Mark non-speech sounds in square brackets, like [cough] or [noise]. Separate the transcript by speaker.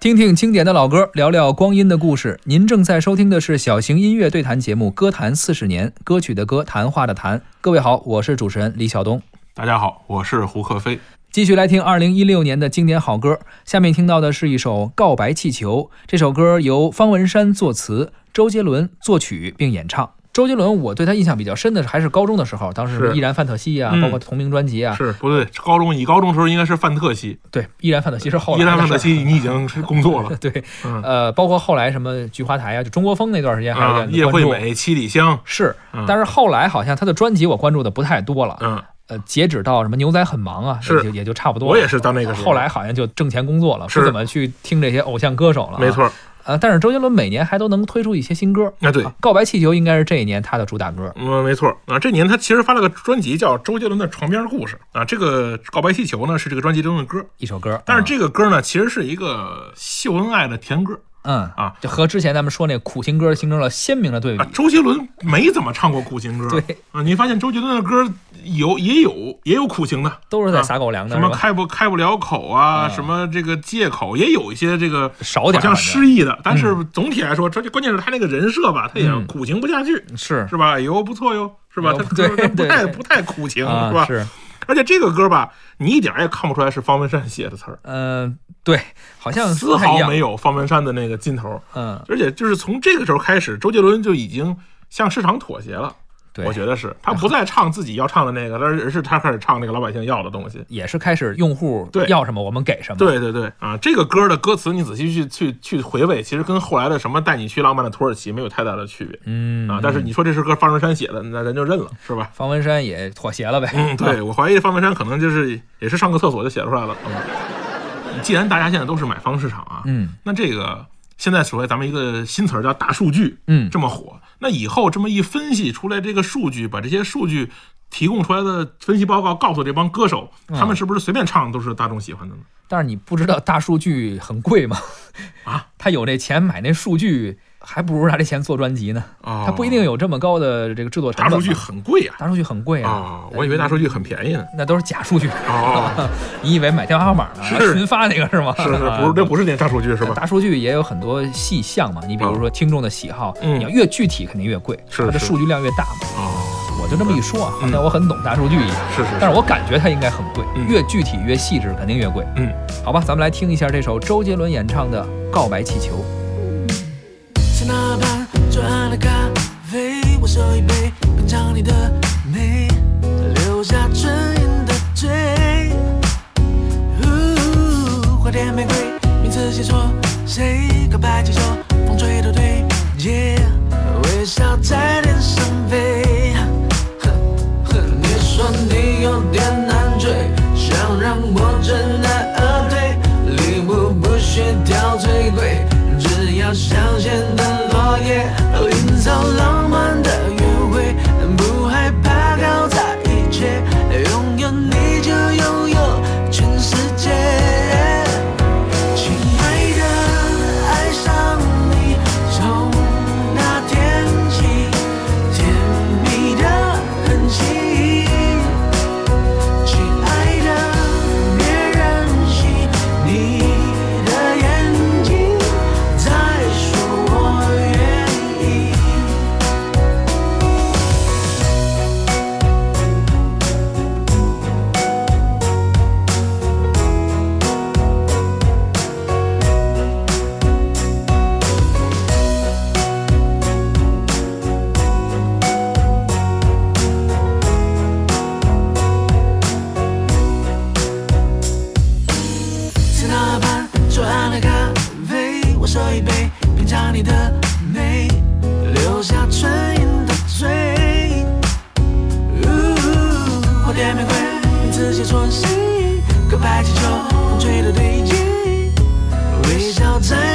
Speaker 1: 听听经典的老歌，聊聊光阴的故事。您正在收听的是小型音乐对谈节目《歌坛四十年》，歌曲的歌，谈话的谈。各位好，我是主持人李晓东。
Speaker 2: 大家好，我是胡克飞。
Speaker 1: 继续来听二零一六年的经典好歌，下面听到的是一首《告白气球》。这首歌由方文山作词，周杰伦作曲并演唱。周杰伦，我对他印象比较深的还是高中的时候，当时
Speaker 2: 是
Speaker 1: 《依然范特西》啊，
Speaker 2: 嗯
Speaker 1: 包括同名专辑啊，
Speaker 2: 是不对，高中你高中时候应该是范特西，
Speaker 1: 对，《依然范特西》是后来
Speaker 2: 伊
Speaker 1: 的
Speaker 2: 兰
Speaker 1: 事儿。
Speaker 2: 范特西你已经是工作了
Speaker 1: [laughs] 对，
Speaker 2: 嗯
Speaker 1: 呃，包括后来什么菊花台啊，就中国风那段时间还有
Speaker 2: 啊，
Speaker 1: 点
Speaker 2: 叶
Speaker 1: 关注啊
Speaker 2: 惠美、七里香，
Speaker 1: 是
Speaker 2: 嗯，
Speaker 1: 但是后来好像他的专辑我关注的不太多了，
Speaker 2: 嗯，
Speaker 1: 呃，截止到什么牛仔很忙啊，
Speaker 2: 是
Speaker 1: 也就也就差不多了。
Speaker 2: 我也是到那个时候。
Speaker 1: 后来好像就挣钱工作了，
Speaker 2: 是
Speaker 1: 不怎么去听这些偶像歌手了、
Speaker 2: 啊没。错，
Speaker 1: 呃，但是周杰伦每年还都能推出一些新歌。
Speaker 2: 啊对
Speaker 1: 啊，告白气球应该是这一年他的主打歌。
Speaker 2: 嗯，没错啊。这年他其实发了个专辑叫《周杰伦的床边故事》啊，这个《告白气球》呢是这个专辑中的歌，
Speaker 1: 一首歌，嗯
Speaker 2: 但是这个歌呢其实是一个秀恩爱的甜歌
Speaker 1: 嗯
Speaker 2: 啊，
Speaker 1: 就和之前咱们说那苦情歌形成了鲜明的对比
Speaker 2: 啊。。周杰伦没怎么唱过苦情歌，
Speaker 1: 对，
Speaker 2: 啊，你发现周杰伦的歌有也有也有苦情的，
Speaker 1: 都是在
Speaker 2: 啊
Speaker 1: 撒狗粮的，
Speaker 2: 什么
Speaker 1: 是吧
Speaker 2: 开不开不了口啊，
Speaker 1: 嗯
Speaker 2: 什么这个借口也有一些这个
Speaker 1: 少
Speaker 2: 好
Speaker 1: 点儿
Speaker 2: 像
Speaker 1: 吧
Speaker 2: 失意的，但是总体来说，这就关键是他那个人设吧，他也
Speaker 1: 嗯
Speaker 2: 苦情不下去，
Speaker 1: 是
Speaker 2: 是吧？哎呦不错哟，是吧？
Speaker 1: 哎呦
Speaker 2: 他
Speaker 1: 对
Speaker 2: 他不太
Speaker 1: 对
Speaker 2: 不太苦情，
Speaker 1: 啊
Speaker 2: 是吧？
Speaker 1: 是，
Speaker 2: 而且这个歌吧，你一点儿也看不出来是方文山写的词儿，
Speaker 1: 嗯，对，好像
Speaker 2: 丝
Speaker 1: 不太一
Speaker 2: 毫
Speaker 1: 样
Speaker 2: 没有方文山的那个劲头。
Speaker 1: 嗯，
Speaker 2: 而且就是从这个时候开始，周杰伦就已经向市场妥协了。
Speaker 1: 对，
Speaker 2: 我觉得是他不再唱自己要唱的那个，而而是他开始唱那个老百姓要的东西。
Speaker 1: 也是开始用户
Speaker 2: 对
Speaker 1: 要什么我们给什么。
Speaker 2: 对对对啊，这个歌的歌词你仔细去去去回味，其实跟后来的什么带你去浪漫的土耳其没有太大的区别
Speaker 1: 嗯
Speaker 2: 啊。但是你说这是歌方文山写的，那咱就认了，是吧？
Speaker 1: 方文山也妥协了呗。
Speaker 2: 嗯，对，我怀疑方文山可能就是也是上个厕所就写出来了。嗯，既然大家现在都是买方市场啊，
Speaker 1: 嗯
Speaker 2: 那这个现在所谓咱们一个新词儿叫大数据，
Speaker 1: 嗯
Speaker 2: 这么火，那以后这么一分析出来这个数据，把这些数据提供出来的分析报告告诉这帮歌手，
Speaker 1: 嗯
Speaker 2: 他们是不是随便唱都是大众喜欢的呢？
Speaker 1: 但是你不知道大数据很贵吗？
Speaker 2: 啊，
Speaker 1: 他有这钱买那数据，还不如拿这钱做专辑呢。
Speaker 2: 哦
Speaker 1: 他不一定有这么高的这个制作成
Speaker 2: 大
Speaker 1: 本。
Speaker 2: 数据，很贵呀、
Speaker 1: 大数据很贵啊，
Speaker 2: 哦，我以为大数据很便宜呢。
Speaker 1: 那都是假数据。
Speaker 2: 哦，
Speaker 1: 你以为买电话号码呢？
Speaker 2: 是
Speaker 1: 群发那个是吗？
Speaker 2: [laughs] 是是，不是这不是那大数据是吧？
Speaker 1: 大数据也有很多细项嘛，你比如说听众的喜好，
Speaker 2: 嗯
Speaker 1: 你要越具体肯定越贵，它
Speaker 2: 是
Speaker 1: 的
Speaker 2: 是
Speaker 1: 数据量越大嘛。
Speaker 2: 哦，
Speaker 1: 我就这么一说啊，好
Speaker 2: 嗯
Speaker 1: 像我很懂大数据一样，
Speaker 2: 是是是
Speaker 1: 但是我感觉它应该很贵，
Speaker 2: 嗯
Speaker 1: 越具体越细致肯定越贵。
Speaker 2: 嗯。
Speaker 1: 好吧，咱们来听一下这首周杰伦演唱的《告白气球》。
Speaker 3: 像那般转了咖啡，我手一杯，品尝你的美，留下唇印的嘴。呜，花店玫瑰，名字写错谁？告白气球，风吹都对，耶、微笑在天上飞。哼哼，你说你有点难追，想让我知难而退，礼物不需挑最贵，只要香榭的落叶，营造浪漫的约会，不害怕搞砸一切，拥有你就拥有全世界。亲爱的，爱上你，从那天起，甜蜜的很轻。亲爱的，别任性，你的眼睛在说我愿意。在那般左岸的咖啡，我手一杯，品尝你的美，留下唇印的嘴。呜，花店玫瑰，名字写错谁？告白气球，风吹的对街，微笑在